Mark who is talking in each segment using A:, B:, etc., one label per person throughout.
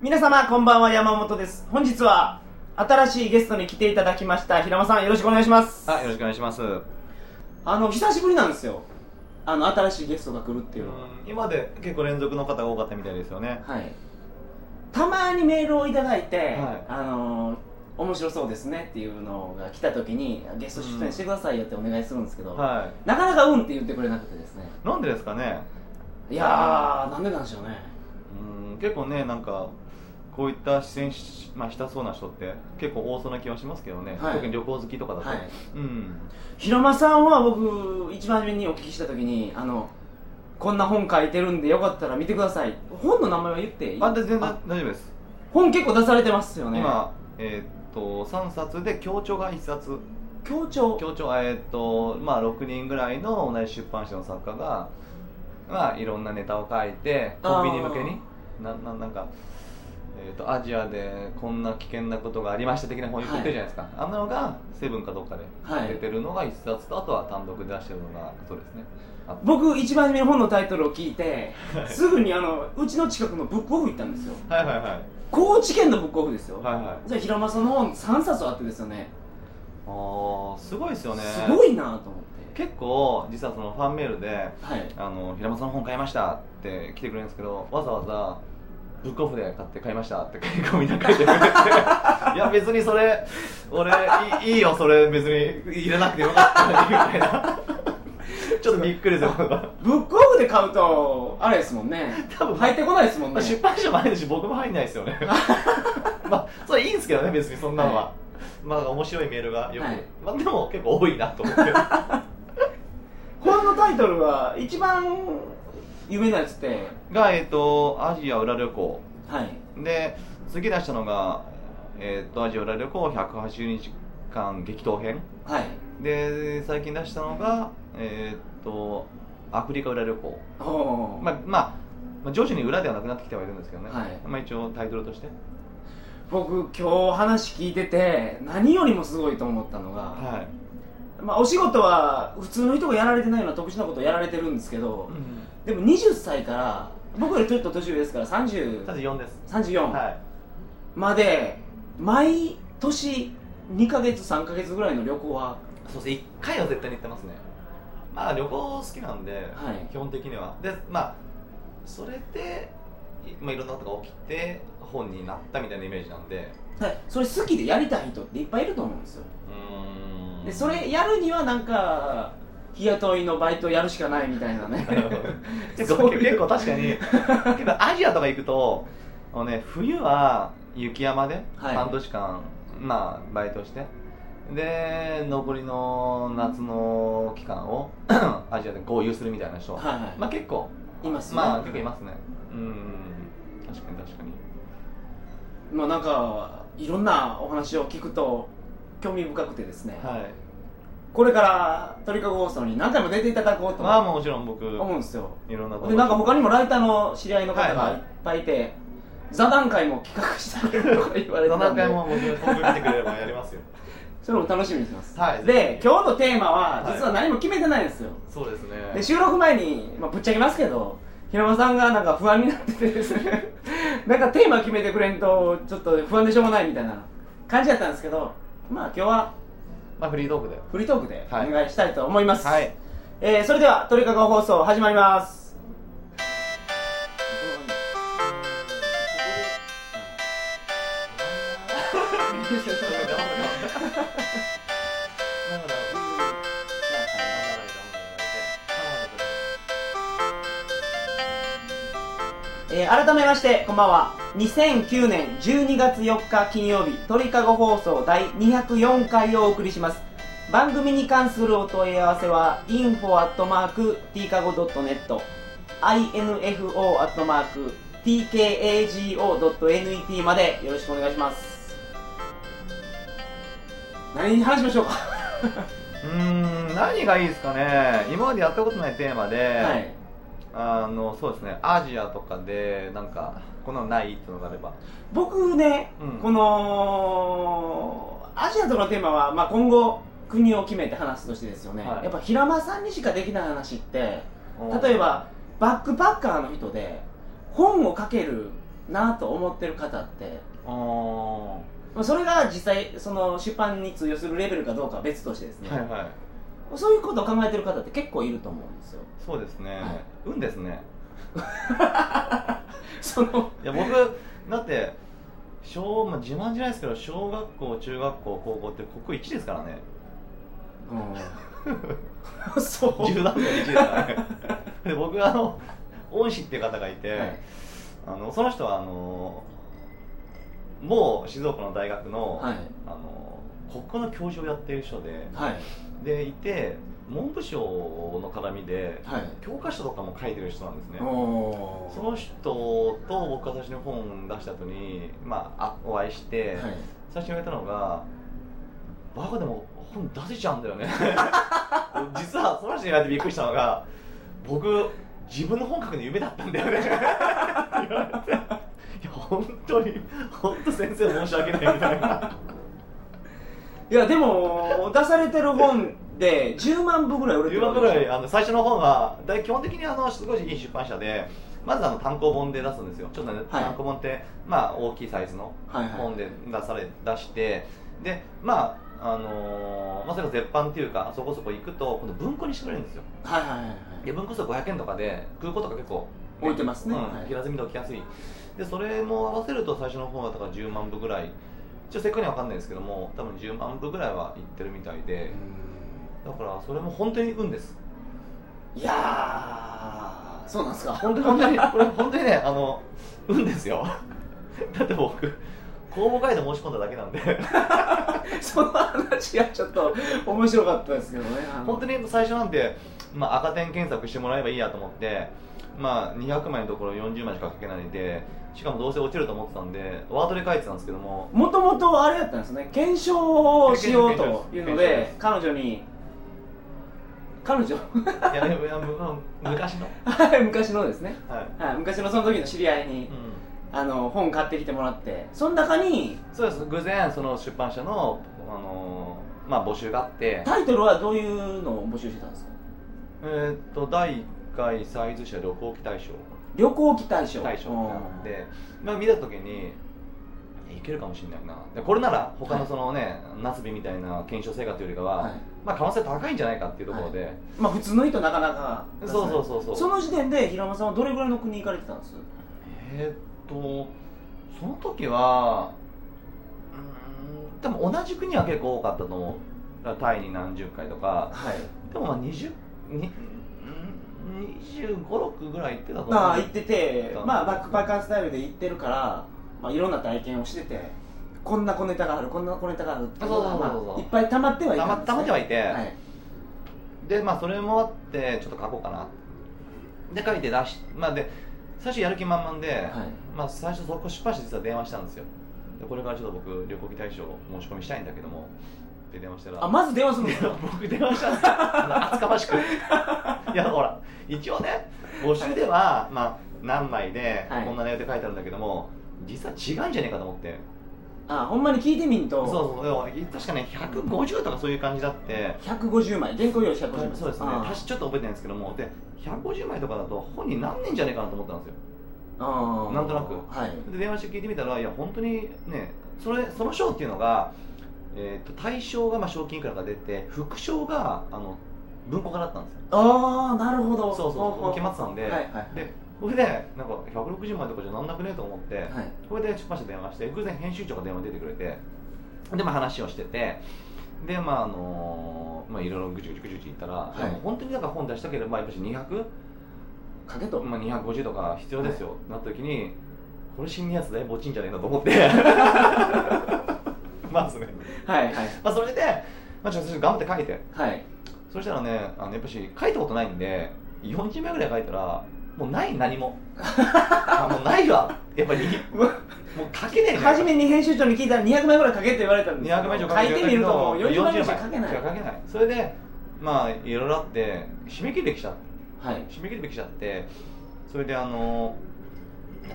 A: 皆様こんばんは山本です本日は新しいゲストに来ていただきました平間さんよろしくお願いします
B: はい、よろしくお願いします。
A: あの久しぶりなんですよあの新しいゲストが来るっていうのは、
B: 今まで結構連続の方が多かったみたいですよね。
A: はいたまにメールをいただいて、
B: はい
A: あのー面白そうですねっていうのが来た時にゲスト出演してくださいよってお願いするんですけど、
B: は
A: なかなか「うん」って言ってくれなくてですね
B: い。なんでですかね。
A: いやーなんでなんでしょうね
B: うん、結構ね、なんか。こういった出演し、まあ、したそうな人って、結構多そうな気はしますけどね。
A: はい
B: 特に旅行好きとかだと。
A: はい
B: うん。
A: 平間さんは僕一番目にお聞きした時にあのこんな本書いてるんでよかったら見てください本の名前は言っていい
B: あ、で、全然大丈夫です。
A: 本結構出されてますよね
B: 今、えーっと、三冊で、協調が一冊。
A: 協調
B: 協調、えーっと、まあ、六人ぐらいの同じ出版社の作家が。まあ、いろんなネタを書いて、コンビニ向けに。な、な、なんか。えー、とアジアでこんな危険なことがありました的な本を言ってるじゃないですか、あんなのがセブンかどっかで
A: はい
B: 出てるのが一冊とあとは単独で出してるのがそうですねあ
A: 僕一番目に本のタイトルを聞い てすぐにあのうちの近くのブックオフ行ったんですよ
B: はいはいはい
A: 高知県のブックオフですよ、
B: はいはい
A: じゃあ平間さんの本3冊あってですよね
B: あーすごいですよね
A: すごいなと思って
B: 結構実はそのファンメールで
A: はい
B: あの平間さんの本買いましたって来てくれるんですけどわざわざブックオフで買って買いましたって結構みんな書いてくれていや別にそれ俺いいいよそれ別にいらなくてよかったのにみたいなちょっとびっくりですよ
A: ブックオフで買うとあれですもんね
B: 多分
A: 入ってこないですもん
B: ま
A: ね
B: あ出版社も入るし僕も入んないですよね まあそれいいんですけどね別にそんなのは、
A: は
B: まあ面白いメールがよく、
A: はい
B: まあでも結構多いなと思って
A: 本のタイトルは一番有名なやつって
B: がえっ、とアジア裏旅行
A: はい
B: で次出したのが、えー、とアジア裏旅行180日間激闘編
A: はい
B: で最近出したのがえっ、とアフリカ裏旅行
A: おお、
B: まあまあまあ徐々に裏ではなくなってきてはいるんですけどね、
A: はい
B: まあ、一応タイトルとして
A: 僕今日話聞いてて何よりもすごいと思ったのが、
B: はい、
A: まあ、お仕事は普通の人がやられてないような特殊なことをやられてるんですけど
B: う、ん、
A: でも20歳から僕よりちょっと年上ですから3034
B: ただ4ですはい
A: まで毎年2ヶ月3ヶ月ぐらいの旅行は
B: そうですね1回は絶対に行ってますねまあ旅行好きなんで、
A: はい
B: 基本的にはでまあそれでい,、まあ、いろんなことが起きて本になったみたいなイメージなんで
A: はいそれ好きでやりたい人っていっぱいいると思うんですよ
B: うーん
A: でそれやるにはなんか日雇いのバイトやるしかないみたいな ね
B: 結
A: そ
B: 構
A: ういう
B: 結構確か に結構アジアとか行くとあの、ね、冬は雪山で
A: はい
B: 半年間、まあバイトしてで残りの夏の期間 をアジアで豪遊するみたいな人、
A: はいはい
B: まあ結構
A: いますね
B: まあ結構いますねうん確かに確かに
A: まあなんかいろんなお話を聞くと興味深くてですね、
B: はい
A: これから鳥かご放送に何回も出ていただこうと
B: まあもちろん僕い
A: 思うんですよ
B: ろんなとこ
A: でなんか他にもライターの知り合いの方
B: は
A: が
B: い
A: い
B: はい
A: っぱいいて、座談会も企画したけどとか言われてた
B: 何
A: んで
B: 回も僕僕見てくれればやりますよ
A: それも楽しみにしてます、
B: はい
A: で今日のテーマは
B: はい
A: 実は何も決めてないんですよ、
B: そうですね
A: で収録前に、まあ、ぶっちゃけますけど平間さんがなんか不安になっててですね なんかテーマ決めてくれんとちょっと不安でしょうがないみたいな感じだったんですけどまあ今日は
B: まあフリートーク で
A: フリートークで
B: はい
A: お願いしたいと思います、
B: はい
A: えーそれでは鳥かご放送始まります えー改めましてこんばんは2009年12月4日金曜日鳥かご放送第204回をお送りします番組に関するお問い合わせは info.tkago.net info.tkago.net までよろしくお願いします何に話しましょうか
B: うーん何がいいですかね今までやったことないテーマで、
A: はい
B: あのそうですねアジアとかでなんかこんなのないってのがあれば
A: 僕ね、
B: うん
A: このアジアとのテーマは、まあ、今後国を決めて話すとしてですよね、
B: はい
A: やっぱ平間さんにしかできない話って
B: うん
A: 例えばバックパッカーの人で本を書けるなと思ってる方って
B: ああは
A: まあそれが実際その出版に通用するレベルかどうかは別としてです
B: い
A: ね、
B: はい
A: そういうことを考えてる方って結構いると思うんですよ
B: そうですね、
A: はい
B: 運ですね
A: その
B: いや僕だって小、まあ、自慢じゃないですけど小学校中学校高校って国1ですからね
A: うんそう
B: 10段階1ですからねで僕あの恩師っていう方がいて、
A: はい
B: あのその人はあのもう静岡の大学の,、
A: はい
B: あの国家の教授をやってる人で
A: はい
B: でいて文部省の絡みで
A: はい
B: 教科書とかも書いてる人なんですね
A: おー
B: その人と僕が最初に本出した後にまああお会いして、
A: はい
B: 最初に言われたのが「バカでも本出せちゃうんだよ ね」実はその人に言われてびっくりしたのが「僕自分の本書くの夢だったんだよね」って言われていや本当に本当先生申し訳ないみたいない
A: やでも出されてる本で10万部ぐらい売れて
B: 10
A: るわ
B: 万
A: けで
B: ぐ
A: しょ
B: らいあの最初の本はだい基本的にあのすごいいい出版社でまずあの単行本で出すんですよちょっとね、
A: はい
B: 単行本ってまあ大きいサイズの
A: はいはい
B: 本で出され出してでまああのーまあ、それが絶版っていうかそこそこ行くと今度文庫にしてくれるんですよ
A: はいはいはい
B: で文庫数500円とかで空港とか結構、
A: 置いてますね
B: うん
A: はい
B: 平積みで置きやすいでそれも合わせると最初の方はだから10万部ぐらいちょっと正確には分かんないですけども多分10万部ぐらいはいってるみたいでだからそれも本当に運です
A: うんいやーそうなんですか
B: 本当に本当に これ本当にねあの運ですよ だって僕公募会で申し込んだだけなんで
A: その話がちょっと面白かったですけどねあの
B: 本当に最初なんて、まあ、赤点検索してもらえばいいやと思って、まあ、200枚のところ40枚しか書けないでしかもどうせ落ちると思ってたんでワードで書いてたんですけども
A: もともとあれだったんですね検証をしようというの
B: 検証で
A: です彼女に彼女
B: いやいやいやむむ昔の、
A: はい昔のですね、
B: はい
A: はい、昔のその時の知り合いうに、
B: ん、
A: あの本買ってきてもらってその中に
B: そうです偶然その出版社の、あのーまあ、募集があって、
A: タイトルはどういうのを募集してたんですか
B: えーっと第1回サイズ社旅行記大賞
A: 旅行期大賞
B: 大賞みたいなので、まあ、見た時にいやいけるかもしれないなでこれなら他のそのね、夏日みたいな検証成果というよりか
A: うん
B: は、
A: はい
B: まあ、可能性高いんじゃないかっていうところで、
A: まあ普通の人なかなか出せな
B: そう
A: い
B: そうそうそう
A: その時点で平間さんはどれぐらいの国行かれてたんです
B: えーっとその時はうーんでも同じ国は結構多かったと思うだからタイに何十回とか
A: はい
B: でもまあ20に2526ぐらい行ってたと思う
A: まあ行ってて、まあ、バックパッカースタイルで行ってるから、まあ、いろんな体験をしててこんな小ネタがあるこんな小ネタがあるっていうのが
B: そうそうそうそ
A: ま
B: う
A: あいっぱい溜まってはいた
B: た
A: んで、
B: ます
A: ね、
B: たまってはいて、
A: はい
B: でまあそれもあってちょっと書こうかなで書いて出しまあで最初やる気満々で、
A: はい
B: まあ最初そこ出版社実は電話したんですよでこれからちょっと僕旅行記大賞申し込みしたいんだけどもって電話したら
A: あまず電話するん ですよ
B: 僕電話したんですよあの厚か ましくいやほら一応ね募集では、まあ、何枚で
A: はい
B: こんな内容で書いてあるんだけども、実は違うんじゃねえかと思って
A: あほんまに聞いてみん
B: そ
A: と
B: うそうでも確かね150とかそういう感じだって
A: 150枚原稿用紙150枚
B: そうですね
A: あ
B: 私ちょっと覚えてないんですけどもで150枚とかだと本人何年じゃねえかなと思ったんですよ
A: あ
B: なんとなく
A: はい
B: で電話して聞いてみたらいや本当にねそれその賞っていうのが、えー、と対象がまあ賞金いくらか出て副賞があの文庫化だったんですよ
A: ああなるほど
B: そうそう
A: ほほ
B: 決まってたんで、
A: はいはいはい
B: でこれでなんか160枚とかじゃなんなくねえと思って、
A: はい
B: これで出版社電話して偶然編集長が電話に出てくれてでまあ話をしててでまああのまあいろいろぐちぐちぐちぐち言ったら、
A: い
B: いやもう本当になんか本出したければやっぱし200、
A: かけと
B: まあ、250とか必要ですよ、なった時にこれ死ぬやつだいぶ落ちんじゃねえなと思って まずね、
A: はいはい
B: まあ、それで、まあ、ちょっと最初頑張って書いて
A: はい
B: そしたらねあのやっぱし書いたことないんで40枚ぐらい書いたらもうない何もあもうないわやっぱりもう書けねえね
A: 初めに編集長に聞いたら200枚ぐらいかけって言われたんです
B: 200枚以上
A: 書いてみるともう40枚ぐらいしか
B: 書
A: 書けない
B: 書けないそれでまあいろいろあって締め切りできちゃって
A: はい
B: 締め切りできちゃってそれであの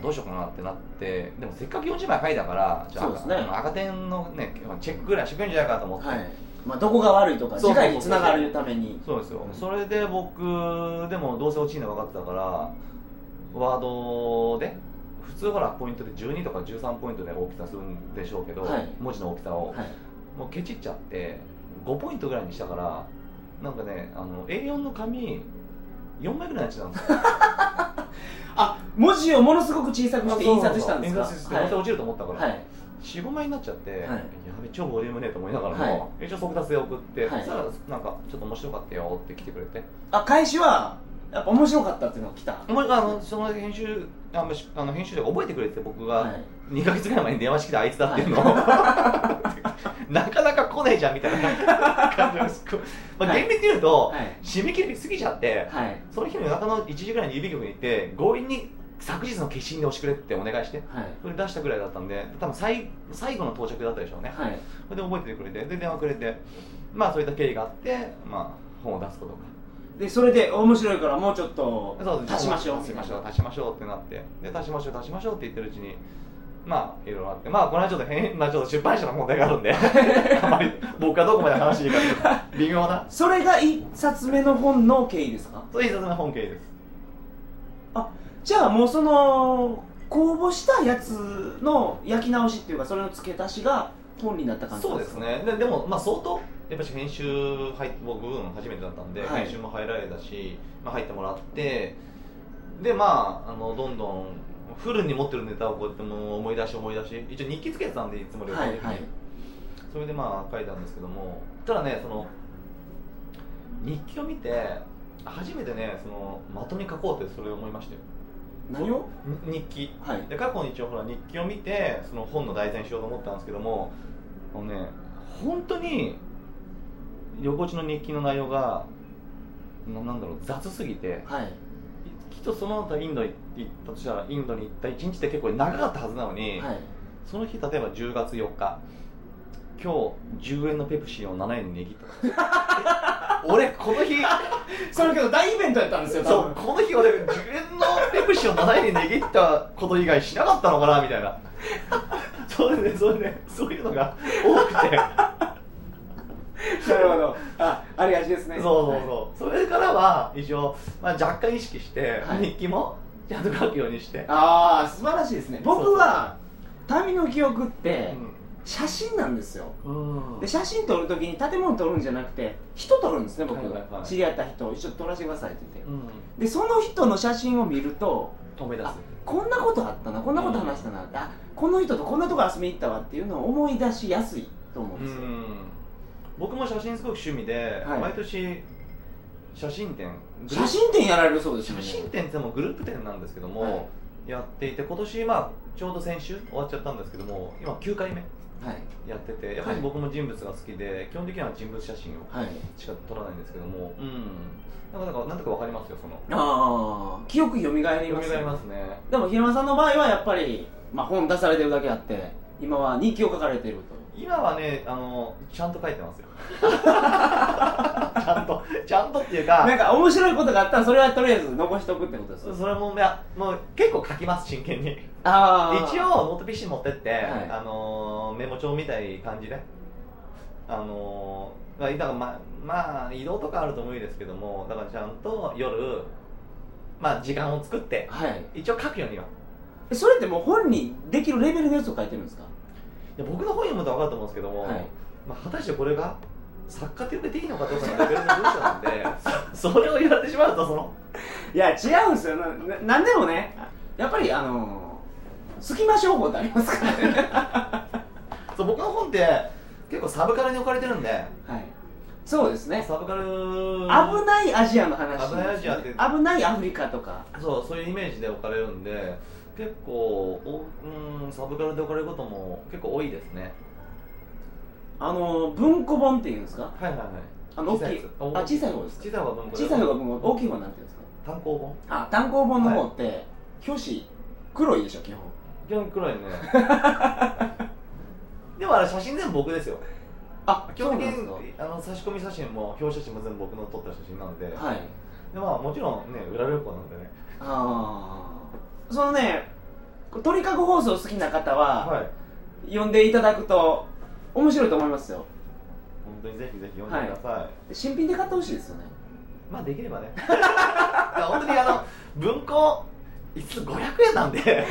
B: どうしようかなってなってでもせっかく40枚書いたからじゃあ
A: そうですね
B: 赤点のねチェックぐらいしてくれるんじゃないかと思って、
A: はいまあ、どこが悪いとか
B: そうそう
A: 次
B: そう
A: 回につながるために
B: そうですよ、
A: うん
B: それで僕でもどうせ落ちるの分かってたからワードで普通ほらポイントで12とか13ポイントで大きさするんでしょうけど、
A: はい
B: 文字の大きさを、
A: はい
B: もうケチっちゃって5ポイントぐらいにしたからなんかねあの A4 の紙4枚ぐらいになっちゃったんですよ
A: あ文字をものすごく小さくして印刷したんですか
B: 印刷してまた落ちると思ったから、
A: はい
B: 45枚になっちゃって、やべ超ボリュームねえと思いながら
A: は
B: も、一応速達で送っ
A: は
B: て、
A: い
B: そしたらなんかちょっと面白かったよって来てくれて、
A: あ返しはやっぱ面白かったっていうのが来た
B: もうあのその編集あむしあの編集で覚えてくれて僕
A: は
B: が
A: い
B: 2か月ぐらい前に電話してきたあいつだっていうのを、 なかなか来ねえじゃんみたいな感じがすごいまあ
A: はい
B: 厳密に言うと、
A: はい
B: 締め切り過ぎちゃって
A: はい
B: その日の夜中の1時ぐらいに郵便局に行って強引に昨日の消印で押してくれってお願いして
A: はい
B: それ出したぐらいだったんで多分最最後の到着だったでしょうね、
A: はい
B: それで覚えててくれてで電話くれてまあそういった経緯があってまあ本を出すことが
A: でそれで面白いからもうちょっと
B: そうです
A: 足しましょう
B: 足しましょう足しましょうってなってで足しましょう足しましょうって言ってるうちにまあいろいろあってまあこれはちょっと変なちょっと出版社の問題があるんで あまり僕がどこまで話していいか微妙な
A: それが一冊目の本の経緯ですか
B: そういう一冊の本経緯です
A: じゃあもうその公募したやつの焼き直しっていうかそれの付け足しが本になった感じ
B: そうですねででもまあ相当やっぱし編集入っ僕初めてだったんで、
A: はい
B: 編集も入られたし、まあ、入ってもらってでまああのどんどんフルに持ってるネタをこうやってもう思い出し思い出し一応日記つけてたんでいつも旅行
A: は
B: の時
A: い
B: に、
A: はい
B: それでまあ書いたんですけどもただねその日記を見て初めてねそのまとめ書こうってそれを思いましたよ
A: 何を
B: に日記
A: はい
B: で過去に一応ほら日記を見てその本の題材にしようと思ったんですけどもあのね本当に横地の日記の内容がななんだろう雑すぎて
A: はい
B: きっとその後インドに行ったとしたらインドに行った一日って結構長かったはずなのに、
A: はい
B: その日例えば10月4日今日10円のペプシーを7円に値切った え俺この日
A: それけど大イベントやったんですよ多
B: そう
A: 分
B: この日俺10円のペプシーを7円に値切ったこと以外しなかったのかなみたい なそうれねそれねそういうのが多くて
A: なるほどあありがちですね
B: そうそうそう、それからは一応、まあ、若干意識して、
A: はい
B: 日記もちゃんと書くようにして、
A: ああ素晴らしいですね僕は旅の記憶って写真なんですよ
B: うん
A: で写真撮るときに建物撮るんじゃなくて人撮るんですね僕
B: はいはいはい
A: 知り合った人を一緒に撮らせてくださいって言って
B: うん
A: でその人の写真を見ると
B: 思い出す
A: あこんなことあったなこんなこと話したなって、あこの人とこんなとこ遊びに行ったわっていうのを思い出しやすいと思うん
B: う
A: ですよ、
B: ん僕も写真すごく趣味で、
A: はい
B: 毎年写真展グルー
A: 写真展やられるそうですよ
B: 写
A: ね
B: 真展ってもグループ展なんですけども、
A: は
B: やっていて今年、まあ、ちょうど先週終わっちゃったんですけども今9回目
A: はい
B: やっててやっぱり僕も人物が好きで、基本的には人物写真を
A: はい
B: しか撮らないんですけどもうんなんかなんかなんとかわかりますよその
A: ああ記憶よみがえり
B: 読
A: ま
B: み
A: す
B: 替
A: よ
B: えますね
A: でも平間さんの場合はやっぱり、まあ、本出されてるだけあって今は日記を書かれている
B: 今はねあのちゃんと書いてますよ ちゃんとちゃんとっていうか
A: となんか面白いことがあったらそれはとりあえず残しておくってことです
B: それもいやもう結構書きます真剣に
A: ああ
B: 一応ノート PC 持ってって、
A: はい
B: あのーメモ帳みたい感じであのーまあだからままあ移動とかあると無理ですけどもだからちゃんと夜まあ時間を作って
A: はい
B: 一応書くようには
A: えそれってもう本にできるレベルのやつを書いてるんですか
B: いや僕の本読むと分かると思うんですけども、
A: はい
B: まあ、果たしてこれが作家と呼べていいのかどうかのレベルの文章なんで そそれを言われてしまうとその
A: いや違うんですよなななんでもねやっぱりあのー、隙間商法ってありますから ね
B: そう僕の本って結構サブカルに置かれてるんで
A: はいそうですね
B: サブカル
A: 危ないアジアの話です
B: 危ないアジアって
A: 危ないアフリカとか
B: そうそういうイメージで置かれるんで結構おうんサブカルで置かれることも結構多いですね
A: あのー、文庫本っていうんですか
B: はいはいはい
A: あの大きい
B: やつ
A: あ小さい方です
B: 小さい方が文庫で
A: 小さい方が文庫大きい方はなんていうんですか
B: 単行本
A: あ単行本の方って、表紙黒いでしょ基本
B: 基本黒 いねでもあれ写真全部僕ですよ
A: あ
B: 基本的
A: そうなんで
B: にあの差し込み写真も表写真も全部僕の撮った写真なんで,、
A: すかはい
B: でまあ、もちろんね裏旅行なんでね
A: ああそのね鳥かご放送好きな方は、
B: はい
A: 読んでいただくと面白いと思いますよ
B: 本当にぜひぜひ読んでください、
A: 新品で 買ってほしいですよね
B: まあできればねいや本当にあの文庫いつ500円なん で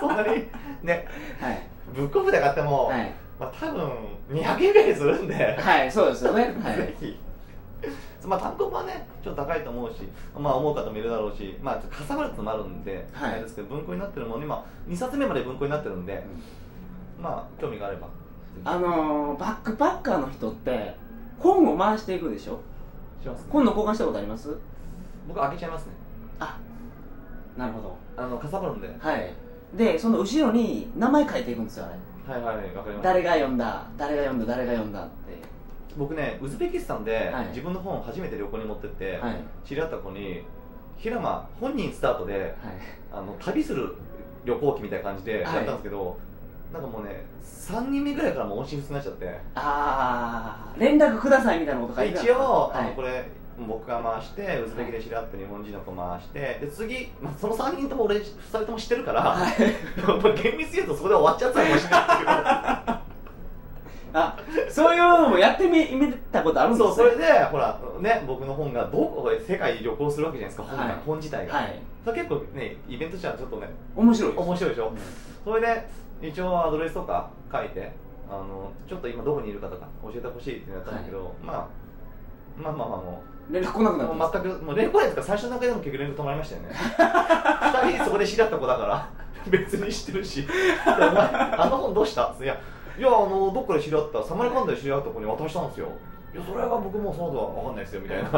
B: そんなにね
A: はい
B: ブックオフで買っても、
A: はい、
B: まあ多分200円ぐらいするんで、
A: はい、そうですよね、は
B: ぜ
A: い、
B: ひまあ単行本はねちょっと高いと思うしまあ思う方もいるだろうしまあちょっとかさばることもあるんで、
A: はい
B: あれですけど文庫になってるもの今2冊目まで文庫になってるんでまあ興味があればぜひ
A: あのー、バックパッカーの人って本を回していくでしょ
B: します
A: 本の交換したことあります
B: 僕開けちゃいますね
A: あなるほど
B: あのかさばるんで
A: はいでその後ろに名前書いていくんですよあれ
B: はいはいわかりました
A: 誰が読んだ誰が読んだ誰が読んだっ
B: 僕ねウズベキスタンで
A: はい
B: 自分の本を初めて旅行に持ってって、
A: てはいはい
B: 知り合った子に平間本人スタートであの旅する旅行記みたいな感じでやったんですけど、なんかもうね3人目ぐらいからもう音信不通になっちゃって
A: ああ連絡くださいみたいなこと書いてあっ
B: 一
A: た
B: 応、
A: は
B: あのこ
A: い、
B: れ僕が回してウズベキで知り合って日本人の子回してで次、まあ、その3人とも俺2人とも知ってるから、
A: はい、
B: まあ厳密に言うとそこで終わっちゃったかもし れない
A: あそういうのもやってみ見たことある
B: け
A: ん
B: ど
A: です
B: そう
A: ね
B: それでほらね僕の本がどこで世界旅行するわけじゃないですか本,、
A: はい
B: 本自体が、
A: はい
B: それ結構ねイベントじゃちょっとね
A: 面白いです
B: 面白いでしょそれで一応アドレスとか書いてあのちょっと今どこにいるかとか教えてほしいってなったんだけど、まあ、まあまあまあも
A: 連絡来なくなっ
B: う
A: て
B: も
A: ま
B: う全くもう連絡来ないとか最初の段階でも結局連絡止まりましたよね二人そこで知り合った子だから 別に知ってるし「お前あの本どうした?」いやいやあのどっかで知り合ったサマリカンダで知り合った子に渡したんですよいやそれが僕もうその後は分かんないですよみたいな
A: す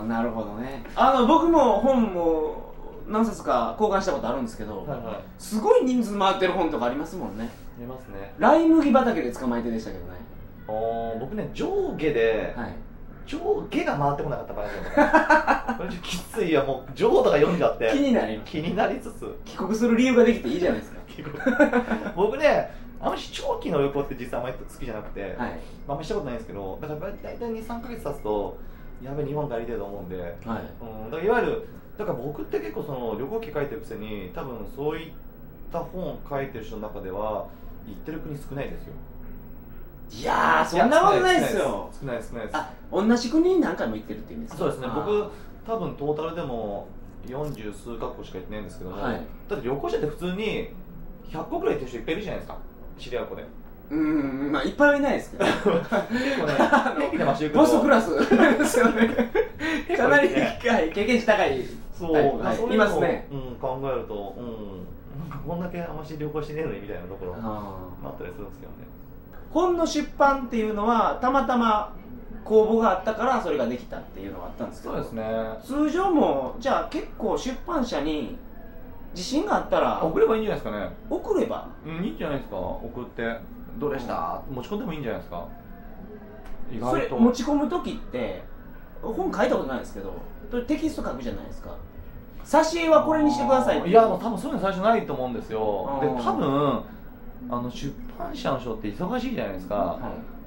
A: あなるほどねあの僕も本も何冊か交換したことあるんですけど、
B: は
A: すごい人数回ってる本とかありますもんね
B: い出ますね
A: ライ麦畑で捕まえてでしたけどね
B: あー僕ね上下で、
A: はい
B: 上下が回ってこなかった場合だからこれちょっときついよもう上とか読んじゃ
A: 気
B: って
A: になります
B: 気になりつ つ
A: 帰国する理由ができていいじゃないですか
B: 結構僕ねあんまり長期の旅行って実はあんまり好きじゃなくて、
A: はい
B: あんまりしたことないんですけどだから大体23か月経つとやべ日本帰りてえと思うんで、うん、だ
A: はい
B: からいわゆるだから僕って結構その旅行記書いてるくせに多分そういった本書いてる人の中では行ってる国少ないですよ
A: いやーそんなことないですよ
B: 少ない少ないです
A: あ同じ国に何回も行ってるって意味ですか
B: そうですね
A: あー
B: 僕多分トータルでも40数カ国しか行ってないんですけども、
A: はい
B: だって旅行者って普通に100個ぐらい行ってる人いっぱいいるじゃないですか知り合う子で
A: うーんまあいっぱいはいないですけ ど
B: 結 構ね平気でマシュ
A: ボスク ラスですよねか なりはい経験値高い
B: そう、
A: はい
B: まあ
A: はい
B: そううのを
A: いますね
B: うん、考えると、うん、なんかこんだけあんまし旅行してねえのにみたいなところもあったりするんですけどね
A: 本の出版っていうのはたまたま公募があったからそれができたっていうのはあったんですけど
B: ね
A: 通常もじゃあ結構出版社に自信があったら
B: 送ればいいんじゃないですかね
A: 送れば
B: うんいいんじゃないですか送ってどうでした、持ち込んでもいいんじゃないですか意
A: それ
B: 外と
A: 持ち込む時って本書いたことないですけどそれテキスト書くじゃないですか挿絵はこれにしてくださいって
B: いやもう多分そういうの最初ないと思うんですよで
A: うん
B: 多分あの出版社の人って忙しいじゃないですか
A: は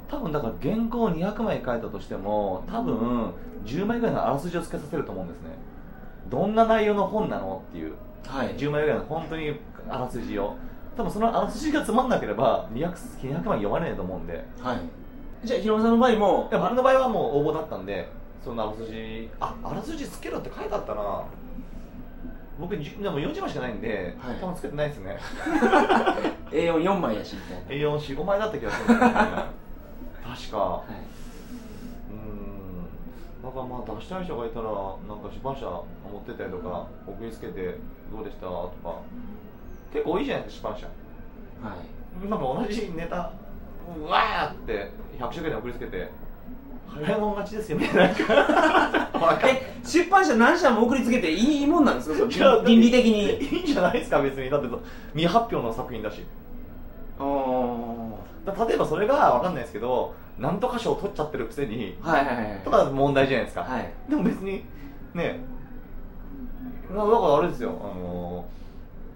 B: 多分だから原稿を200枚書いたとしても多分10枚ぐらいのあらすじをつけさせると思うんですねどんな内容の本なのっていう
A: い、はい、
B: 10枚ぐらいの本当にあらすじを多分そのあらすじがつまんなければ 200, 200枚読まれないと思うんで
A: はい、じゃあヒロミさんの場合も
B: でも僕の場合はもう応募だったんでそのあらすじああらすじつけろって書いてあったな僕じゅでも40枚しかないんで、
A: はい
B: 多分つけてないですね
A: A44 枚やしみたいな、
B: A445 枚だった気がするんです よね確か
A: は
B: うーんなんかまあ出したい人がいたらなんか出版社持ってったりとか送りつけてどうでしたとか結構多いじゃないですか出版社
A: いはい、
B: なんか同じネタうわーって100種ぐらい送りつけて早いもん勝ちですよねな んかわかん
A: え出版社何社も送りつけていいもんなんですかそれ
B: いやだって
A: 倫理的
B: い
A: に
B: いんじゃないですか別にだって未発表の作品だし
A: あー
B: だ例えばそれがわかんないですけどなんとか賞取っちゃってるくせに
A: はいはいはい
B: とかだと問題じゃないですか、
A: はい
B: でも別にねだだからあれですよあの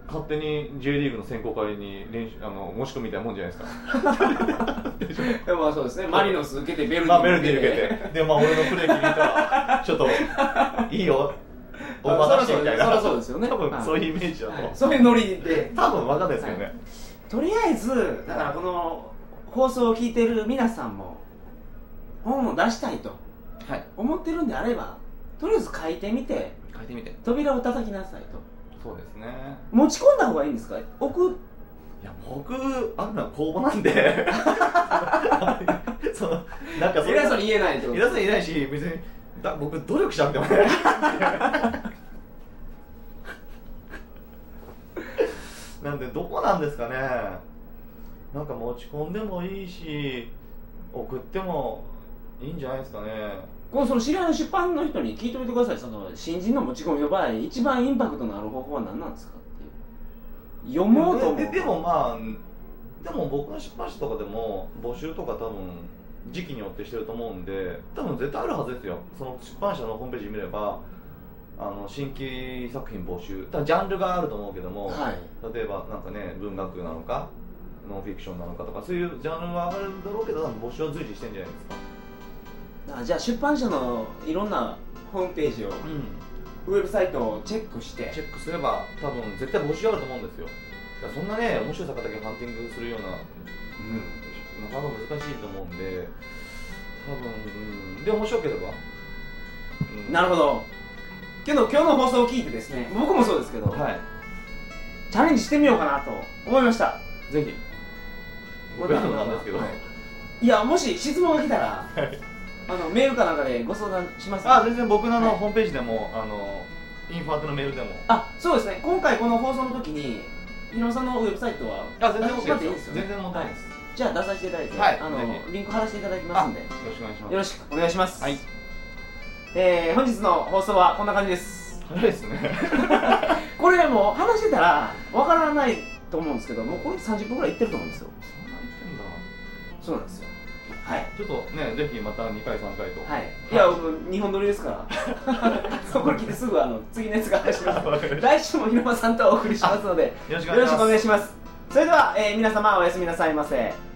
B: 勝手に J リーグの選考会に練習あの申し込みみたいなもんじゃないです か
A: でもまあそうですねマリノス受けてベルデ
B: ま
A: ィ
B: あメルディ受けてでまあ俺のプレー聞いたらちょっといいよオーバー出してみたいな
A: そらそうですよね
B: 多分そう
A: う
B: いうイメージだと、
A: そういうノリで
B: 多分わかんないですけどね、
A: とりあえずだからこの放送を聞いてる皆さんも本を出したいと
B: はい
A: 思ってるんであればとりあえず書いてみて
B: 書いてみて
A: 扉を叩きなさいと
B: そうですね
A: 持ち込んだ方がいいんですか送っ
B: いや僕あんなの公募なんで そのなんかそ
A: 偉そうに言えないってこと
B: 皆さんいないし別にだ僕努力しなくても ねなんでどこなんですかねなんか持ち込んでもいいし送ってもいいんじゃないですかね
A: このその知り合いの出版の人に聞いておいてくださいその新人の持ち込みの場合一番インパクトのある方法は何なんですかっていう読もうと思う
B: でででもまあでも僕の出版社とかでも募集とか多分時期によってしてると思うんで多分絶対あるはずですよその出版社のホームページ見ればあの新規作品募集多分ジャンルがあると思うけども、
A: はい
B: 例えばなんかね文学なのかノンフィクションなのかとかそういうジャンルはあるんだろうけど多分募集は随時してんじゃないですか
A: あじゃあ出版社のいろんなホームページを
B: うん
A: ウェブサイトをチェックして
B: チェックすれば多分絶対募集あると思うんですよだからそんなね面白い作家だけハンティングするような
A: う
B: なかなか難しいと思うんで多分、うん、で面白ければ、うん
A: なるほどけど今日の放送を聞いてですね僕もそうですけど、
B: は
A: チャレンジしてみようかなと思いました
B: いぜひ僕らもなんですけど、
A: はいいやもし質問が来たら、あのメールかなんかでご相談します
B: あ全然僕のあの、
A: はい
B: ホームページでもあのインファートのメールでも
A: あそうですね今回この放送の時にヒロさんのウェブサイトは
B: あ全然 OK
A: 出してもらって
B: ですよ
A: いいですよね
B: 全然問題ないです、
A: じゃあ出させていただいて、
B: はい
A: あ
B: ぜ
A: のリンク貼らせていただきます
B: あ
A: んでよ
B: よろしくお願いします
A: ろしくお願いします、
B: はい
A: えー本日の放送はこんな感じです
B: 早いですね
A: これもう話してたらわからないと思うんですけどもうこれ30分ぐらいいってると思うんですよ
B: そんなん言ってんだ
A: そうなんですよはい
B: ちょっとねぜひまた2回3回 と
A: はい、いや、もう日本撮りです から、そこに来てすぐあの次のやつから始めま
B: あわかり
A: す。
B: まし
A: 来週も広間さんとお送りしますので、
B: よろしく
A: よ
B: お願
A: ろ
B: い
A: しく
B: し
A: お
B: ます
A: 願いします。それでは、えー皆様おやすみなさいませ。